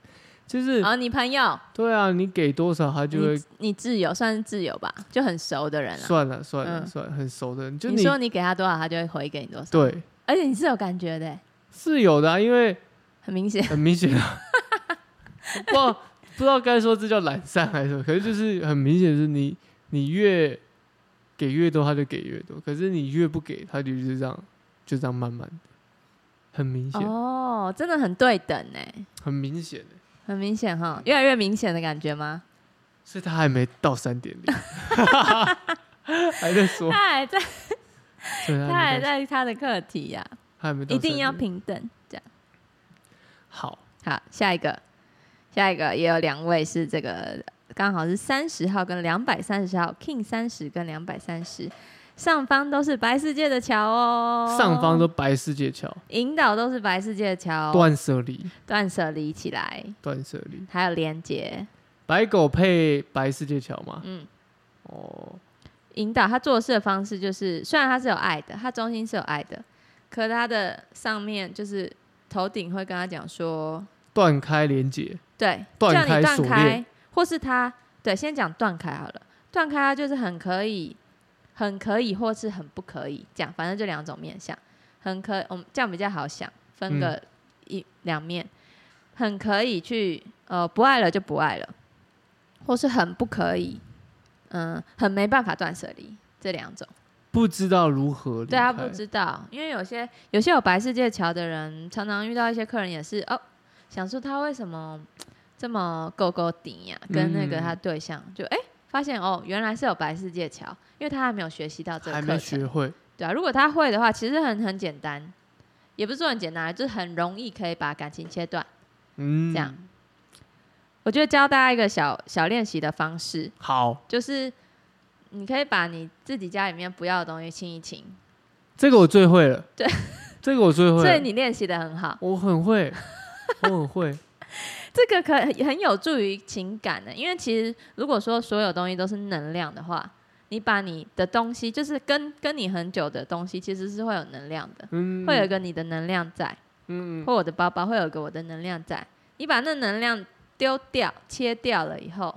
[SPEAKER 1] 就是
[SPEAKER 2] 哦，你朋友，
[SPEAKER 1] 对啊，你给多少，他就会
[SPEAKER 2] 你你挚友算是挚友吧，就很熟的人了。
[SPEAKER 1] 算了算了
[SPEAKER 2] 嗯
[SPEAKER 1] 算了，很熟的人，就
[SPEAKER 2] 你说你给他多少，他就会回给你多少。，
[SPEAKER 1] 对
[SPEAKER 2] 而且你是有感觉的，
[SPEAKER 1] 是有的、啊，因为
[SPEAKER 2] 很明显。
[SPEAKER 1] 很明显啊，我不知道不知道该说这叫懒散还是什么，可是就是很明显是你你越给越多，他就给越多，可是你越不给，他就是这样就这样慢慢的，很明显，
[SPEAKER 2] 哦，真的很对等呢，
[SPEAKER 1] 很明显欸的，
[SPEAKER 2] 很明显哈，越来越明显的感觉吗？
[SPEAKER 1] 所以他还没到三点零， 还在说，
[SPEAKER 2] 他还在，
[SPEAKER 1] 对，
[SPEAKER 2] 他
[SPEAKER 1] 他还
[SPEAKER 2] 还
[SPEAKER 1] 没到，
[SPEAKER 2] 在他的课题呀、
[SPEAKER 1] 他还没到，
[SPEAKER 2] 一定要。平等。这样，
[SPEAKER 1] 好，
[SPEAKER 2] 好，下一个，下一个也有两位是这个，刚好是三十号跟两百三十号，King 三十跟两百三十，上方都是白世界的桥哦，
[SPEAKER 1] 上方都白世界桥，
[SPEAKER 2] 引导都是白世界的桥，哦
[SPEAKER 1] 断舍离，
[SPEAKER 2] 断舍离起来，
[SPEAKER 1] 断舍离，
[SPEAKER 2] 还有连接，
[SPEAKER 1] 白狗配白世界桥嘛，
[SPEAKER 2] 嗯。
[SPEAKER 1] 哦，
[SPEAKER 2] 引导他做事的方式，就是虽然他是有爱的，他中心是有爱的，可他的上面就是头顶会跟他讲说，
[SPEAKER 1] 断开连接，
[SPEAKER 2] 对，
[SPEAKER 1] 断
[SPEAKER 2] 叫
[SPEAKER 1] 开
[SPEAKER 2] 你断
[SPEAKER 1] 锁
[SPEAKER 2] 开
[SPEAKER 1] 链，
[SPEAKER 2] 或是他对，先讲断开好了，断开他就是很可以，很可以，或是很不可以，这样反正
[SPEAKER 1] 嗯
[SPEAKER 2] 就两种面相，很可，我们这样比较好想，分个一两面。很可以去呃不爱了就不爱了，或是很不可以，嗯、很没办法断舍离这两种。
[SPEAKER 1] 不知道如何离
[SPEAKER 2] 对啊，
[SPEAKER 1] 开
[SPEAKER 2] 不知道，因为有些有些有白世界桥的人，常常遇到一些客人也是哦，想说他为什么这么勾勾顶呀、啊跟那个
[SPEAKER 1] 嗯
[SPEAKER 2] 他对象、就哎、发现哦，原来是有白世界桥，因为他还没有学习到这个
[SPEAKER 1] 还
[SPEAKER 2] 课
[SPEAKER 1] 没
[SPEAKER 2] 程，
[SPEAKER 1] 学会，
[SPEAKER 2] 对啊，如果他会的话，其实很很简单，也不是说很简单，就是很容易可以把感情切断。
[SPEAKER 1] 嗯，
[SPEAKER 2] 这样我觉得教大家一个小小练习的方式，
[SPEAKER 1] 好，
[SPEAKER 2] 就是你可以把你自己家里面不要的东西清一清，
[SPEAKER 1] 这个我最会了，
[SPEAKER 2] 对，
[SPEAKER 1] 这个我最会
[SPEAKER 2] 所以
[SPEAKER 1] 了，
[SPEAKER 2] 你练习的很好。
[SPEAKER 1] 我很 会，我很会，
[SPEAKER 2] 这个可很有助于情感的，因为其实如果说所有东西都是能量的话，你把你的东西，就是跟跟你很久的东西，其实是会有能量的，
[SPEAKER 1] 嗯，
[SPEAKER 2] 会有一个你的能量在，
[SPEAKER 1] 嗯，嗯
[SPEAKER 2] 或我的包包会有一个我的能量在。你把那能量丢掉、切掉了以后，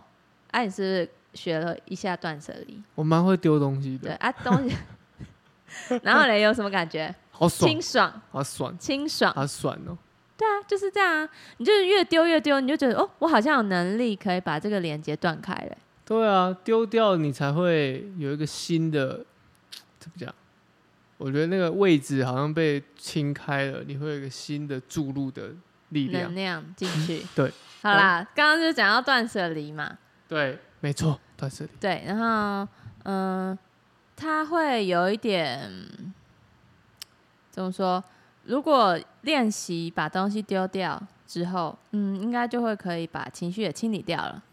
[SPEAKER 2] 啊，你是不是学了一下断舍离，
[SPEAKER 1] 我蛮会丢东西
[SPEAKER 2] 对
[SPEAKER 1] 的，
[SPEAKER 2] 啊，东西， 然后嘞有什么感觉？
[SPEAKER 1] 好爽，
[SPEAKER 2] 清爽，
[SPEAKER 1] 好爽，
[SPEAKER 2] 清爽。
[SPEAKER 1] 好爽哦，
[SPEAKER 2] 对啊，就是这样啊。你就是越丢越丢，你就觉得哦，我好像有能力可以把这个连接断开了。
[SPEAKER 1] 对啊，丢掉你才会有一个新的，怎么讲？我觉得那个位置好像被清开了，你会有一个新的注入的力量。
[SPEAKER 2] 能。量进去
[SPEAKER 1] 对，
[SPEAKER 2] 好啦，刚刚就讲到断舍离嘛，
[SPEAKER 1] 对，没错，断舍离。
[SPEAKER 2] 对，然后嗯，它会有一点嗯怎么说？如果练习把东西丢掉之后，嗯，应该就会可以把情绪也清理掉了。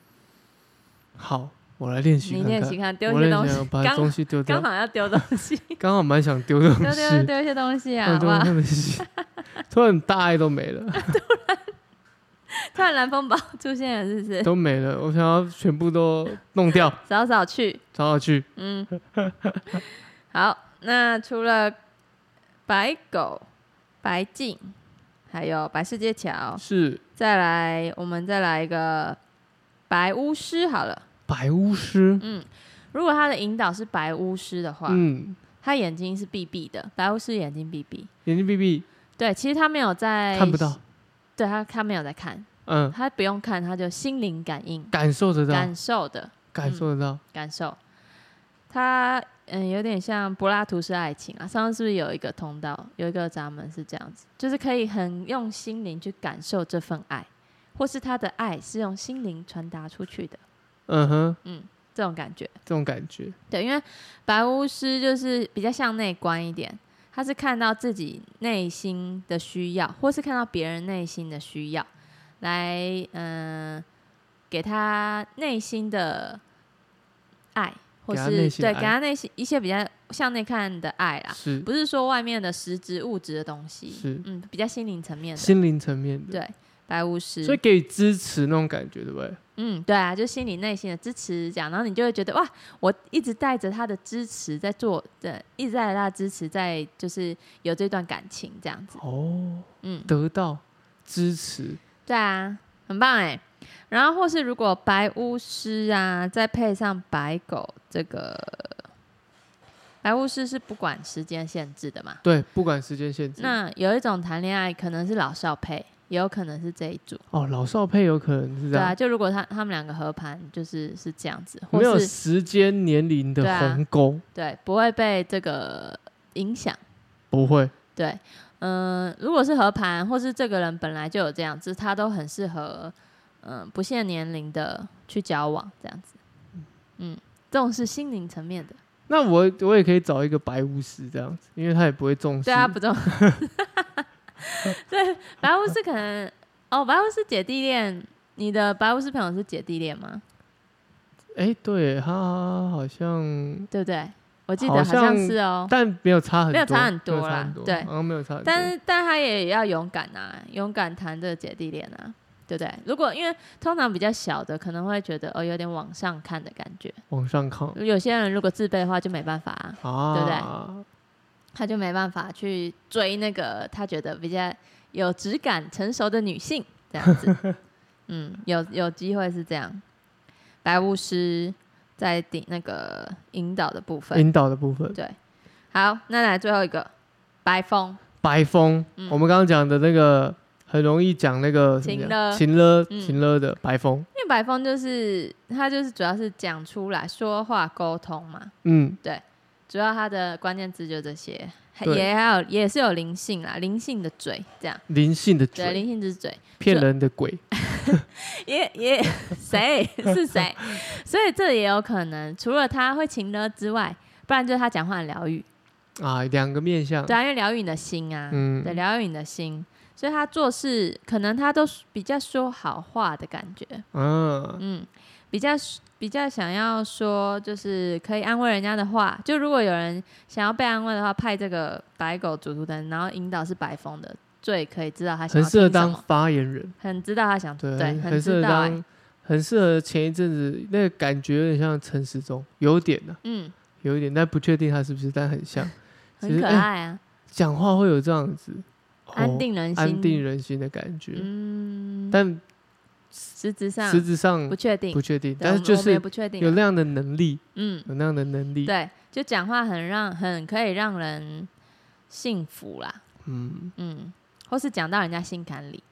[SPEAKER 1] 好，我来练习看
[SPEAKER 2] 你
[SPEAKER 1] 看。
[SPEAKER 2] 练习看丢
[SPEAKER 1] 我
[SPEAKER 2] 一些
[SPEAKER 1] 练
[SPEAKER 2] 东
[SPEAKER 1] 习
[SPEAKER 2] 西
[SPEAKER 1] 看，把东
[SPEAKER 2] 刚
[SPEAKER 1] 西丢掉
[SPEAKER 2] 刚。好要丢东西，
[SPEAKER 1] 刚好蛮想丢东
[SPEAKER 2] 丢丢
[SPEAKER 1] 西，
[SPEAKER 2] 丢一些东西 啊！
[SPEAKER 1] 但丢
[SPEAKER 2] 哇，
[SPEAKER 1] 东西，突然大爱都没 了，
[SPEAKER 2] 突然蓝风暴出现了，是不是？
[SPEAKER 1] 都没了。我想要全部都弄 掉，
[SPEAKER 2] 早早去，
[SPEAKER 1] 找我去。
[SPEAKER 2] 嗯，好，那除了白狗、白净，还有白世界桥，
[SPEAKER 1] 是
[SPEAKER 2] 再来我们再来一个白巫师好了。
[SPEAKER 1] 白巫师，
[SPEAKER 2] 嗯，如果他的引导是白巫师的话，
[SPEAKER 1] 嗯，
[SPEAKER 2] 他眼睛是闭闭的，白巫师眼睛闭闭。
[SPEAKER 1] 眼睛闭闭，
[SPEAKER 2] 对，其实他没有在
[SPEAKER 1] 看不到，，
[SPEAKER 2] 对他他没有在看，
[SPEAKER 1] 嗯，
[SPEAKER 2] 他不用看，他就心灵感应
[SPEAKER 1] 感受得到，
[SPEAKER 2] 感嗯受的
[SPEAKER 1] 感受得到。
[SPEAKER 2] 感受。它嗯，有点像柏拉图式爱情啊。上次是不是有一个通道，有一个闸门是这样子，就是可以很用心灵去感受这份爱，或是他的爱是用心灵传达出去的，
[SPEAKER 1] 嗯哼，
[SPEAKER 2] 嗯，这种感觉。
[SPEAKER 1] 这种感觉，
[SPEAKER 2] 对，因为白巫师就是比较向内观一点，他是看到自己内心的需要，或是看到别人内心的需要，来嗯、呃给他内心的爱，或
[SPEAKER 1] 给他
[SPEAKER 2] 是
[SPEAKER 1] 内心的
[SPEAKER 2] 对给
[SPEAKER 1] 爱
[SPEAKER 2] 他内心一些比较向内看的爱啦，
[SPEAKER 1] 是
[SPEAKER 2] 不是说外面的实质物质的东西
[SPEAKER 1] 是，
[SPEAKER 2] 嗯，比较心灵层面的，
[SPEAKER 1] 心灵层面的，
[SPEAKER 2] 对白巫师，
[SPEAKER 1] 所以给予支持那种感觉，对不对？
[SPEAKER 2] 嗯，对啊，就心里内心的支持这样，然后你就会觉得哇，我一直带着他的支持在做，对，一直带着他的支持在，就是有这段感情这样子，
[SPEAKER 1] 哦，
[SPEAKER 2] 嗯，
[SPEAKER 1] 得到支持，
[SPEAKER 2] 对啊，很棒哎。然后或是如果白巫师啊，再配上白狗这个，白巫师是不管时间限制的嘛，
[SPEAKER 1] 对，不管时间限制。
[SPEAKER 2] 那有一种谈恋爱可能是老少配，也有可能是这一组，
[SPEAKER 1] 哦，老少配有可能是这
[SPEAKER 2] 对啊，
[SPEAKER 1] 样，
[SPEAKER 2] 就如果他他们两个合盘，就是是这样子，或
[SPEAKER 1] 没有
[SPEAKER 2] 是
[SPEAKER 1] 时间年龄的
[SPEAKER 2] 对啊
[SPEAKER 1] 鸿沟，
[SPEAKER 2] 对，不会被这个影响。
[SPEAKER 1] 不会。
[SPEAKER 2] 对，嗯、如果是合盘，或是这个人本来就有这样子，他都很适合，嗯、不限年龄的去交往这样子。嗯，这种是心灵层面的，
[SPEAKER 1] 那我我也可以找一个白巫师这样子，因为他也不会重视。
[SPEAKER 2] 对啊，不重。 对，白巫师可能哦，白巫师姐弟恋，你的白巫师朋友是姐弟恋吗？
[SPEAKER 1] 哎、对他好像，
[SPEAKER 2] 对不对？我记得
[SPEAKER 1] 好
[SPEAKER 2] 好像
[SPEAKER 1] 像
[SPEAKER 2] 是哦。
[SPEAKER 1] 但没有差很多，
[SPEAKER 2] 没有差很
[SPEAKER 1] 没
[SPEAKER 2] 多
[SPEAKER 1] 有差很
[SPEAKER 2] 啦
[SPEAKER 1] 多
[SPEAKER 2] 对
[SPEAKER 1] 好像没有差很多。
[SPEAKER 2] 但是但他也要勇敢啊，勇敢谈这个姐弟恋啊，对不对？如果因为通常比较小的可能会觉得哦有点往上看的感觉，
[SPEAKER 1] 往上看
[SPEAKER 2] 有些人如果自卑的话就没办法、啊，
[SPEAKER 1] 啊，
[SPEAKER 2] 对不他就没办法去追那个他觉得比较有质感、成熟的女性这样子。嗯，有有机会是这样，白巫师在顶那个引导的部分。
[SPEAKER 1] 引导的部分，
[SPEAKER 2] 对，好，那来最后一个白风，
[SPEAKER 1] 白风，
[SPEAKER 2] 嗯
[SPEAKER 1] 我们刚刚讲的那个很容易讲那个
[SPEAKER 2] 情
[SPEAKER 1] 怎么
[SPEAKER 2] 勒
[SPEAKER 1] 讲情勒
[SPEAKER 2] 嗯
[SPEAKER 1] 情勒的白风，
[SPEAKER 2] 因为白风就是他就是主要是讲出来说话沟通嘛，
[SPEAKER 1] 嗯，
[SPEAKER 2] 主要他的关键字就这些，还
[SPEAKER 1] 对
[SPEAKER 2] 也还有也是有灵性啦，灵性的嘴这样，
[SPEAKER 1] 灵性的
[SPEAKER 2] 对，
[SPEAKER 1] 嘴，
[SPEAKER 2] 灵性之嘴，
[SPEAKER 1] 骗人的鬼，
[SPEAKER 2] 也也谁 是谁，所以这也有可能，除了他会情勒之外，不然就是他讲话很疗愈，
[SPEAKER 1] 啊，两个面相，
[SPEAKER 2] 对啊，因为疗愈你的心啊，
[SPEAKER 1] 嗯
[SPEAKER 2] 对，疗愈你的心，所以他做事可能他都比较说好话的感觉，
[SPEAKER 1] 嗯，
[SPEAKER 2] 嗯，比较比较想要说，就是可以安慰人家的话。就如果有人想要被安慰的话，派这个白狗主图腾，然后引导是白风的，最可以知道他想
[SPEAKER 1] 很
[SPEAKER 2] 要
[SPEAKER 1] 适合
[SPEAKER 2] 听什
[SPEAKER 1] 当
[SPEAKER 2] 么
[SPEAKER 1] 发言人，
[SPEAKER 2] 很知道他想
[SPEAKER 1] 对，
[SPEAKER 2] 对，
[SPEAKER 1] 很适
[SPEAKER 2] 知
[SPEAKER 1] 合
[SPEAKER 2] 道、欸，
[SPEAKER 1] 当，很适合前一阵子那个感觉有点像陈时中，有点呢，
[SPEAKER 2] 嗯，
[SPEAKER 1] 有一点，但不确定他是不是，但很 像，其
[SPEAKER 2] 很
[SPEAKER 1] 实
[SPEAKER 2] 可
[SPEAKER 1] 哎
[SPEAKER 2] 爱啊，
[SPEAKER 1] 讲话会有这样子，哦
[SPEAKER 2] 安定人心，
[SPEAKER 1] 安定人心的感觉，
[SPEAKER 2] 嗯，
[SPEAKER 1] 但
[SPEAKER 2] 实质上
[SPEAKER 1] 实质上
[SPEAKER 2] 不确定
[SPEAKER 1] 不，确定，
[SPEAKER 2] 对
[SPEAKER 1] 但
[SPEAKER 2] 我
[SPEAKER 1] 是
[SPEAKER 2] 们
[SPEAKER 1] 就
[SPEAKER 2] 我们也
[SPEAKER 1] 是
[SPEAKER 2] 不确定
[SPEAKER 1] 有
[SPEAKER 2] 啊，
[SPEAKER 1] 那样的能力，
[SPEAKER 2] 嗯，
[SPEAKER 1] 有那样的能力，
[SPEAKER 2] 对，就讲话很让很可以让人幸福啦，
[SPEAKER 1] 嗯。
[SPEAKER 2] 嗯，或是讲到人家心坎里，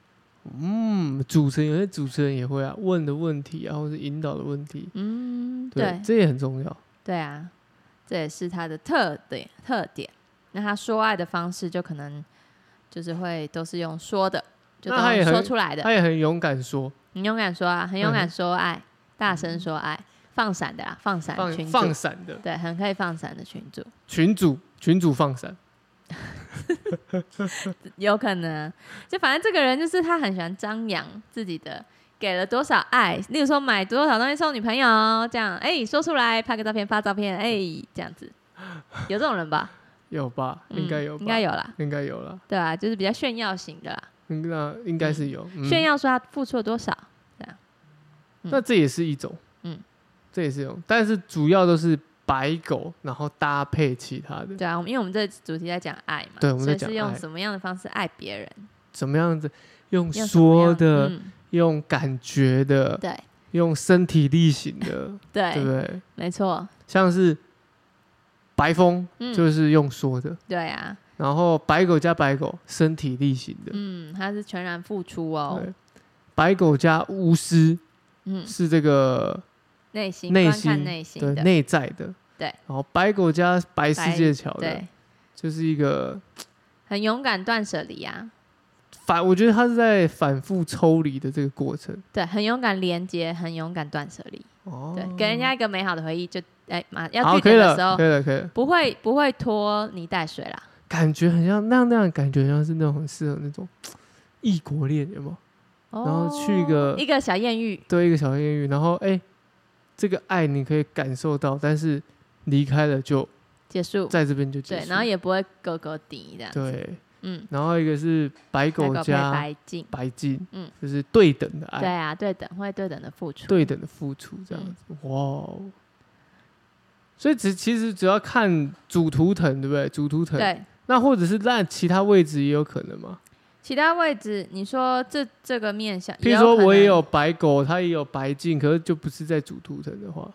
[SPEAKER 1] 嗯，主持人有些主持人也会啊，问的问题啊，或是引导的问题，
[SPEAKER 2] 嗯，
[SPEAKER 1] 对，
[SPEAKER 2] 对，
[SPEAKER 1] 这也很重要。
[SPEAKER 2] 对啊，这也是他的特点特点。那他说爱的方式就可能就是会都是用说的，就
[SPEAKER 1] 那
[SPEAKER 2] 都
[SPEAKER 1] 他也
[SPEAKER 2] 用说
[SPEAKER 1] 很嗯
[SPEAKER 2] 出来的
[SPEAKER 1] 他。也很勇敢说，
[SPEAKER 2] 你勇敢说啊，很勇敢说爱，大声说爱，放闪的啦，啊放闪
[SPEAKER 1] 放
[SPEAKER 2] 群主，
[SPEAKER 1] 放闪的
[SPEAKER 2] 对，很可以放闪的群主，
[SPEAKER 1] 群主，群主放闪，
[SPEAKER 2] 有可能就反正这个人就是他很喜欢张扬自己的。给了多少爱？例如说买多少东西送女朋友，这样哎、说出来，拍个照片发照片，哎、这样子，有这种人吧？
[SPEAKER 1] 有吧？应该有
[SPEAKER 2] 嗯
[SPEAKER 1] 吧？
[SPEAKER 2] 应该，有啦。
[SPEAKER 1] 应该有啦。
[SPEAKER 2] 对啊，就是比较炫耀型的啦，
[SPEAKER 1] 应那应该是有。嗯
[SPEAKER 2] 炫耀说他付出了多少，嗯
[SPEAKER 1] 那这也是一种，嗯
[SPEAKER 2] 嗯，
[SPEAKER 1] 这也是一种，但是主要都是白狗，然后搭配其他的，
[SPEAKER 2] 对啊，我们因为我们这主题在讲爱嘛，
[SPEAKER 1] 对我们在
[SPEAKER 2] 所以
[SPEAKER 1] 讲
[SPEAKER 2] 是
[SPEAKER 1] 爱
[SPEAKER 2] 用什么样的方式爱别人，
[SPEAKER 1] 怎么样子？用
[SPEAKER 2] 用什么
[SPEAKER 1] 说
[SPEAKER 2] 样
[SPEAKER 1] 的，
[SPEAKER 2] 嗯、
[SPEAKER 1] 用感觉的，
[SPEAKER 2] 对
[SPEAKER 1] 用身体力行的，
[SPEAKER 2] 对，
[SPEAKER 1] 对不对？
[SPEAKER 2] 没错，
[SPEAKER 1] 像是白风，
[SPEAKER 2] 嗯
[SPEAKER 1] 就是用说的，
[SPEAKER 2] 对啊，
[SPEAKER 1] 然后白狗加白狗，身体力行的，
[SPEAKER 2] 嗯，他是全然付出哦，
[SPEAKER 1] 对，白狗加巫师
[SPEAKER 2] 嗯，
[SPEAKER 1] 是这个
[SPEAKER 2] 内心
[SPEAKER 1] 内
[SPEAKER 2] 观看
[SPEAKER 1] 心
[SPEAKER 2] 内心
[SPEAKER 1] 对
[SPEAKER 2] 的，
[SPEAKER 1] 内在的，
[SPEAKER 2] 对
[SPEAKER 1] 然后白狗加白世界桥的，
[SPEAKER 2] 对，
[SPEAKER 1] 就是一个
[SPEAKER 2] 很勇敢断舍离啊，
[SPEAKER 1] 反，我觉得他是在反复抽离的这个过程，
[SPEAKER 2] 对，很勇敢连接，很勇敢断舍离，
[SPEAKER 1] 哦，
[SPEAKER 2] 对，给人家一个美好的回忆，就哎妈要
[SPEAKER 1] 好，
[SPEAKER 2] 据
[SPEAKER 1] 可以
[SPEAKER 2] 点的
[SPEAKER 1] 了
[SPEAKER 2] 时，候
[SPEAKER 1] 可以了，可以了，
[SPEAKER 2] 不会不会拖泥带水啦，
[SPEAKER 1] 感觉很像那样那样，感觉像是那种很适合那种异国恋，有没有？
[SPEAKER 2] 然
[SPEAKER 1] 后去一个
[SPEAKER 2] 哦一个小艳遇，
[SPEAKER 1] 对一个小艳遇，然后哎、这个爱你可以感受到，但是离开了就
[SPEAKER 2] 结束，
[SPEAKER 1] 在这边就结
[SPEAKER 2] 对，
[SPEAKER 1] 束。
[SPEAKER 2] 然后也不会格格敌这样子，
[SPEAKER 1] 对，
[SPEAKER 2] 嗯，
[SPEAKER 1] 然后一个是白
[SPEAKER 2] 狗
[SPEAKER 1] 狗加
[SPEAKER 2] 白净，
[SPEAKER 1] 白净，
[SPEAKER 2] 嗯
[SPEAKER 1] 就是对等的
[SPEAKER 2] 对
[SPEAKER 1] 爱，
[SPEAKER 2] 啊，对等会对等的嗯付出，
[SPEAKER 1] 对等的付出，这样子。哇哦！所以只其实只要看主图腾，对不对？主图腾，
[SPEAKER 2] 对，
[SPEAKER 1] 那或者是那其他位置也有可能嘛？
[SPEAKER 2] 其他位置你说这这个面相，
[SPEAKER 1] 譬如
[SPEAKER 2] 有
[SPEAKER 1] 说
[SPEAKER 2] 可
[SPEAKER 1] 我也
[SPEAKER 2] 能，
[SPEAKER 1] 有白狗，它也有白净，可是就不是在主图腾的话，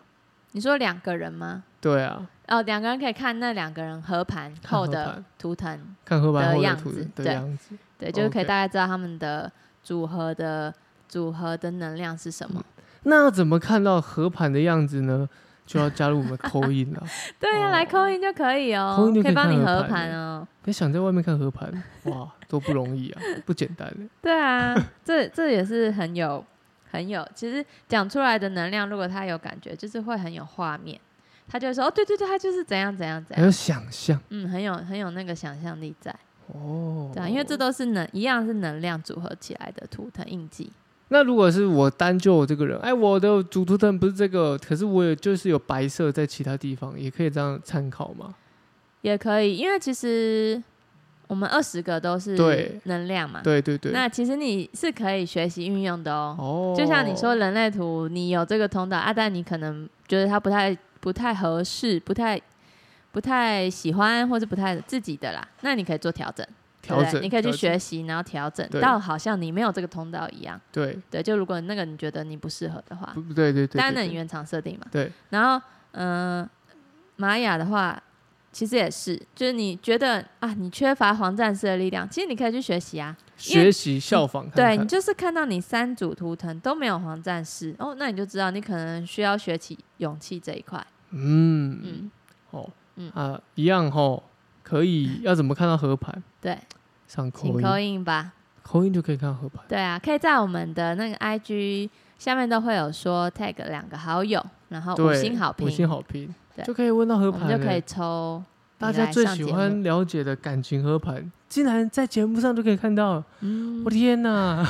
[SPEAKER 2] 你说两个人吗？
[SPEAKER 1] 对啊，
[SPEAKER 2] 哦，两个人可以看那两个人合盘
[SPEAKER 1] 看
[SPEAKER 2] 后
[SPEAKER 1] 合
[SPEAKER 2] 的
[SPEAKER 1] 盘
[SPEAKER 2] 图腾，
[SPEAKER 1] 看合
[SPEAKER 2] 的
[SPEAKER 1] 盘后的
[SPEAKER 2] 样
[SPEAKER 1] 图
[SPEAKER 2] 子
[SPEAKER 1] 腾的
[SPEAKER 2] 对
[SPEAKER 1] 样子。
[SPEAKER 2] 对，就是可以
[SPEAKER 1] OK
[SPEAKER 2] 大概知道他们的组合的组合的能量是什么。
[SPEAKER 1] 那要怎么看到合盘的样子呢？就要加入我们扣印 了。
[SPEAKER 2] 对啊呀，来
[SPEAKER 1] 哦
[SPEAKER 2] 扣印就可以哦
[SPEAKER 1] call in，就
[SPEAKER 2] 可
[SPEAKER 1] 可
[SPEAKER 2] 以
[SPEAKER 1] 以
[SPEAKER 2] 帮你
[SPEAKER 1] 看
[SPEAKER 2] 合
[SPEAKER 1] 合
[SPEAKER 2] 盘
[SPEAKER 1] 盘
[SPEAKER 2] 哦。
[SPEAKER 1] 别想在外面看合盘，哇，多不容易啊，不简单欸
[SPEAKER 2] 对啊，这这也是很有很有，其实讲出来的能量，如果他有感觉，就是会很有画面，他就会说哦，对对对，他就是怎样怎样怎
[SPEAKER 1] 还
[SPEAKER 2] 样，
[SPEAKER 1] 有想象
[SPEAKER 2] 嗯，很有很有那个想象力在，
[SPEAKER 1] 哦。
[SPEAKER 2] 对啊，因为这都是能一样是能量组合起来的图腾印记，
[SPEAKER 1] 那如果是我单就我这个人，哎，我的主图腾不是这个，可是我也就是有白色在其他地方，也可以这样参考嘛。
[SPEAKER 2] 也可以，因为其实我们二十个都是
[SPEAKER 1] 对
[SPEAKER 2] 能量嘛，
[SPEAKER 1] 对对对，
[SPEAKER 2] 啊那其实你是可以学习运用的哦，
[SPEAKER 1] 哦，
[SPEAKER 2] 就像你说，人类图，你有这个通道啊，但你可能觉得它不太不太合适，不太不太喜欢，或者不太自己的啦，那你可以做调整，对不
[SPEAKER 1] 调
[SPEAKER 2] 对
[SPEAKER 1] 整，
[SPEAKER 2] 你可以去
[SPEAKER 1] 调整
[SPEAKER 2] 学习，然后调整
[SPEAKER 1] 对
[SPEAKER 2] 到好像你没有这个通道一样。
[SPEAKER 1] 对，
[SPEAKER 2] 对，就如果那个你觉得你不适合的话
[SPEAKER 1] 不，对对对，
[SPEAKER 2] 当然
[SPEAKER 1] 对
[SPEAKER 2] 你原厂设定嘛。
[SPEAKER 1] 对，
[SPEAKER 2] 然后，嗯、玛雅的话，其实也是，就是你觉得啊，你缺乏黄战士的力量，其实你可以去学习啊。因为
[SPEAKER 1] 学习效仿看
[SPEAKER 2] 对
[SPEAKER 1] 看。
[SPEAKER 2] 你就是看到你三组图腾都没有黄战士哦，那你就知道你可能需要学起勇气这一块。
[SPEAKER 1] 嗯，
[SPEAKER 2] 嗯，
[SPEAKER 1] 哦，
[SPEAKER 2] 嗯
[SPEAKER 1] 啊，一样吼，可以要怎么看到合盘？
[SPEAKER 2] 对，
[SPEAKER 1] 上
[SPEAKER 2] 请
[SPEAKER 1] 口音，
[SPEAKER 2] 扣印吧。
[SPEAKER 1] 口音就可以看到合盘。
[SPEAKER 2] 对啊，可以在我们的那个 IG 下面都会有说 tag 两个好友，然后哦五
[SPEAKER 1] 对，
[SPEAKER 2] 星好评，
[SPEAKER 1] 五星好评
[SPEAKER 2] 对
[SPEAKER 1] 就可以问到合
[SPEAKER 2] 我们
[SPEAKER 1] 盘
[SPEAKER 2] 就
[SPEAKER 1] 了，
[SPEAKER 2] 可以抽你
[SPEAKER 1] 大家
[SPEAKER 2] 来
[SPEAKER 1] 最
[SPEAKER 2] 上
[SPEAKER 1] 喜
[SPEAKER 2] 节目，
[SPEAKER 1] 欢了解的感情合盘，竟然在节目上就可以看到了，
[SPEAKER 2] 嗯
[SPEAKER 1] 我，天哪！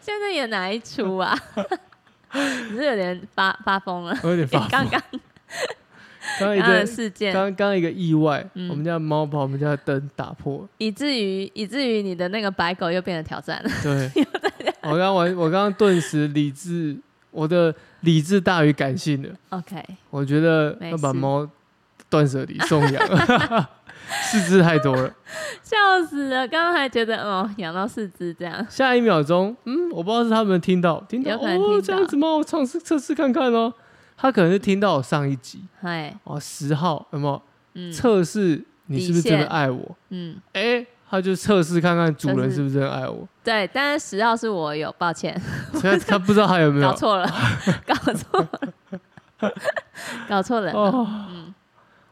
[SPEAKER 2] 现在演哪一出啊？ 你是有点发发疯了，
[SPEAKER 1] 我有点发
[SPEAKER 2] 刚
[SPEAKER 1] 疯。
[SPEAKER 2] 刚
[SPEAKER 1] 刚刚一
[SPEAKER 2] 刚的
[SPEAKER 1] 个，
[SPEAKER 2] 事件，
[SPEAKER 1] 刚刚一个意外，
[SPEAKER 2] 嗯
[SPEAKER 1] 我们家猫把我们家的灯打破了。
[SPEAKER 2] 以至于以至于你的那个白狗又变得挑战了。
[SPEAKER 1] 对，我刚完，我刚刚顿时理智，我的理智大于感性了。
[SPEAKER 2] OK，
[SPEAKER 1] 我觉得
[SPEAKER 2] 没
[SPEAKER 1] 要把
[SPEAKER 2] 事
[SPEAKER 1] 猫断舍离送养， 四肢太多了。
[SPEAKER 2] 笑死了，刚刚还觉得哦，养到四只这样，
[SPEAKER 1] 下一秒钟，嗯，我不知道是他们听到听到
[SPEAKER 2] 有可能听到
[SPEAKER 1] 哦这样子吗？我尝试测试看看哦。他可能是听到我上一集
[SPEAKER 2] 嗨，
[SPEAKER 1] 哦，十号有没有
[SPEAKER 2] 嗯
[SPEAKER 1] 测试你是不是真的爱我？
[SPEAKER 2] 嗯，
[SPEAKER 1] 哎、他就测试看看主
[SPEAKER 2] 测
[SPEAKER 1] 人
[SPEAKER 2] 试
[SPEAKER 1] 是不是真的爱我，
[SPEAKER 2] 对，但是十号是我有，抱歉，
[SPEAKER 1] 所以他他不知道他有没有
[SPEAKER 2] 搞错 了，搞错了，搞错人了。
[SPEAKER 1] 哦。
[SPEAKER 2] 嗯，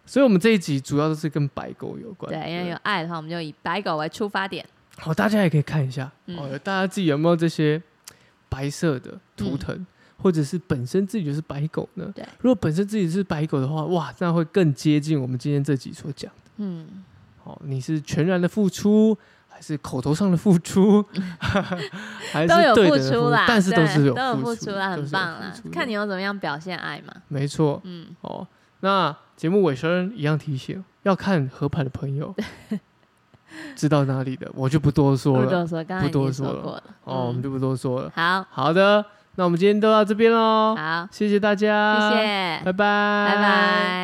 [SPEAKER 1] 所以我们这一集主要都是跟白狗有关，
[SPEAKER 2] 对，因为有爱的话，我们就以白狗为出发点。
[SPEAKER 1] 好，大家也可以看一下、
[SPEAKER 2] 嗯
[SPEAKER 1] 哦，大家自己有没有这些白色的图腾，或者是本身自己就是白狗呢？
[SPEAKER 2] 嗯对
[SPEAKER 1] 如果本身自己是白狗的话，哇，那会更接近我们今天这集所讲的。
[SPEAKER 2] 嗯，
[SPEAKER 1] 哦，你是全然的付出，还是口头上的付出，还是
[SPEAKER 2] 嗯都有
[SPEAKER 1] 对等
[SPEAKER 2] 付
[SPEAKER 1] 的付
[SPEAKER 2] 出啦，
[SPEAKER 1] 但是都是
[SPEAKER 2] 对
[SPEAKER 1] 有
[SPEAKER 2] 都有付
[SPEAKER 1] 出
[SPEAKER 2] 出啦，
[SPEAKER 1] 都
[SPEAKER 2] 很
[SPEAKER 1] 是有
[SPEAKER 2] 棒啦
[SPEAKER 1] 付出，的
[SPEAKER 2] 看你有怎么样表现爱嘛。
[SPEAKER 1] 没错
[SPEAKER 2] 嗯，
[SPEAKER 1] 哦。那节目尾声一样提醒，要看合盘的朋友知道哪里的，我就不多说
[SPEAKER 2] 不
[SPEAKER 1] 了。
[SPEAKER 2] 多说，刚才
[SPEAKER 1] 不
[SPEAKER 2] 已
[SPEAKER 1] 多
[SPEAKER 2] 经
[SPEAKER 1] 说
[SPEAKER 2] 说
[SPEAKER 1] 了
[SPEAKER 2] 过了。
[SPEAKER 1] 哦，我们
[SPEAKER 2] 嗯
[SPEAKER 1] 就不多说了。
[SPEAKER 2] 好
[SPEAKER 1] 好的，那我们今天都到这边喽，
[SPEAKER 2] 好，
[SPEAKER 1] 谢谢大家，
[SPEAKER 2] 谢谢，
[SPEAKER 1] 拜拜，
[SPEAKER 2] 拜
[SPEAKER 1] 拜。
[SPEAKER 2] 拜。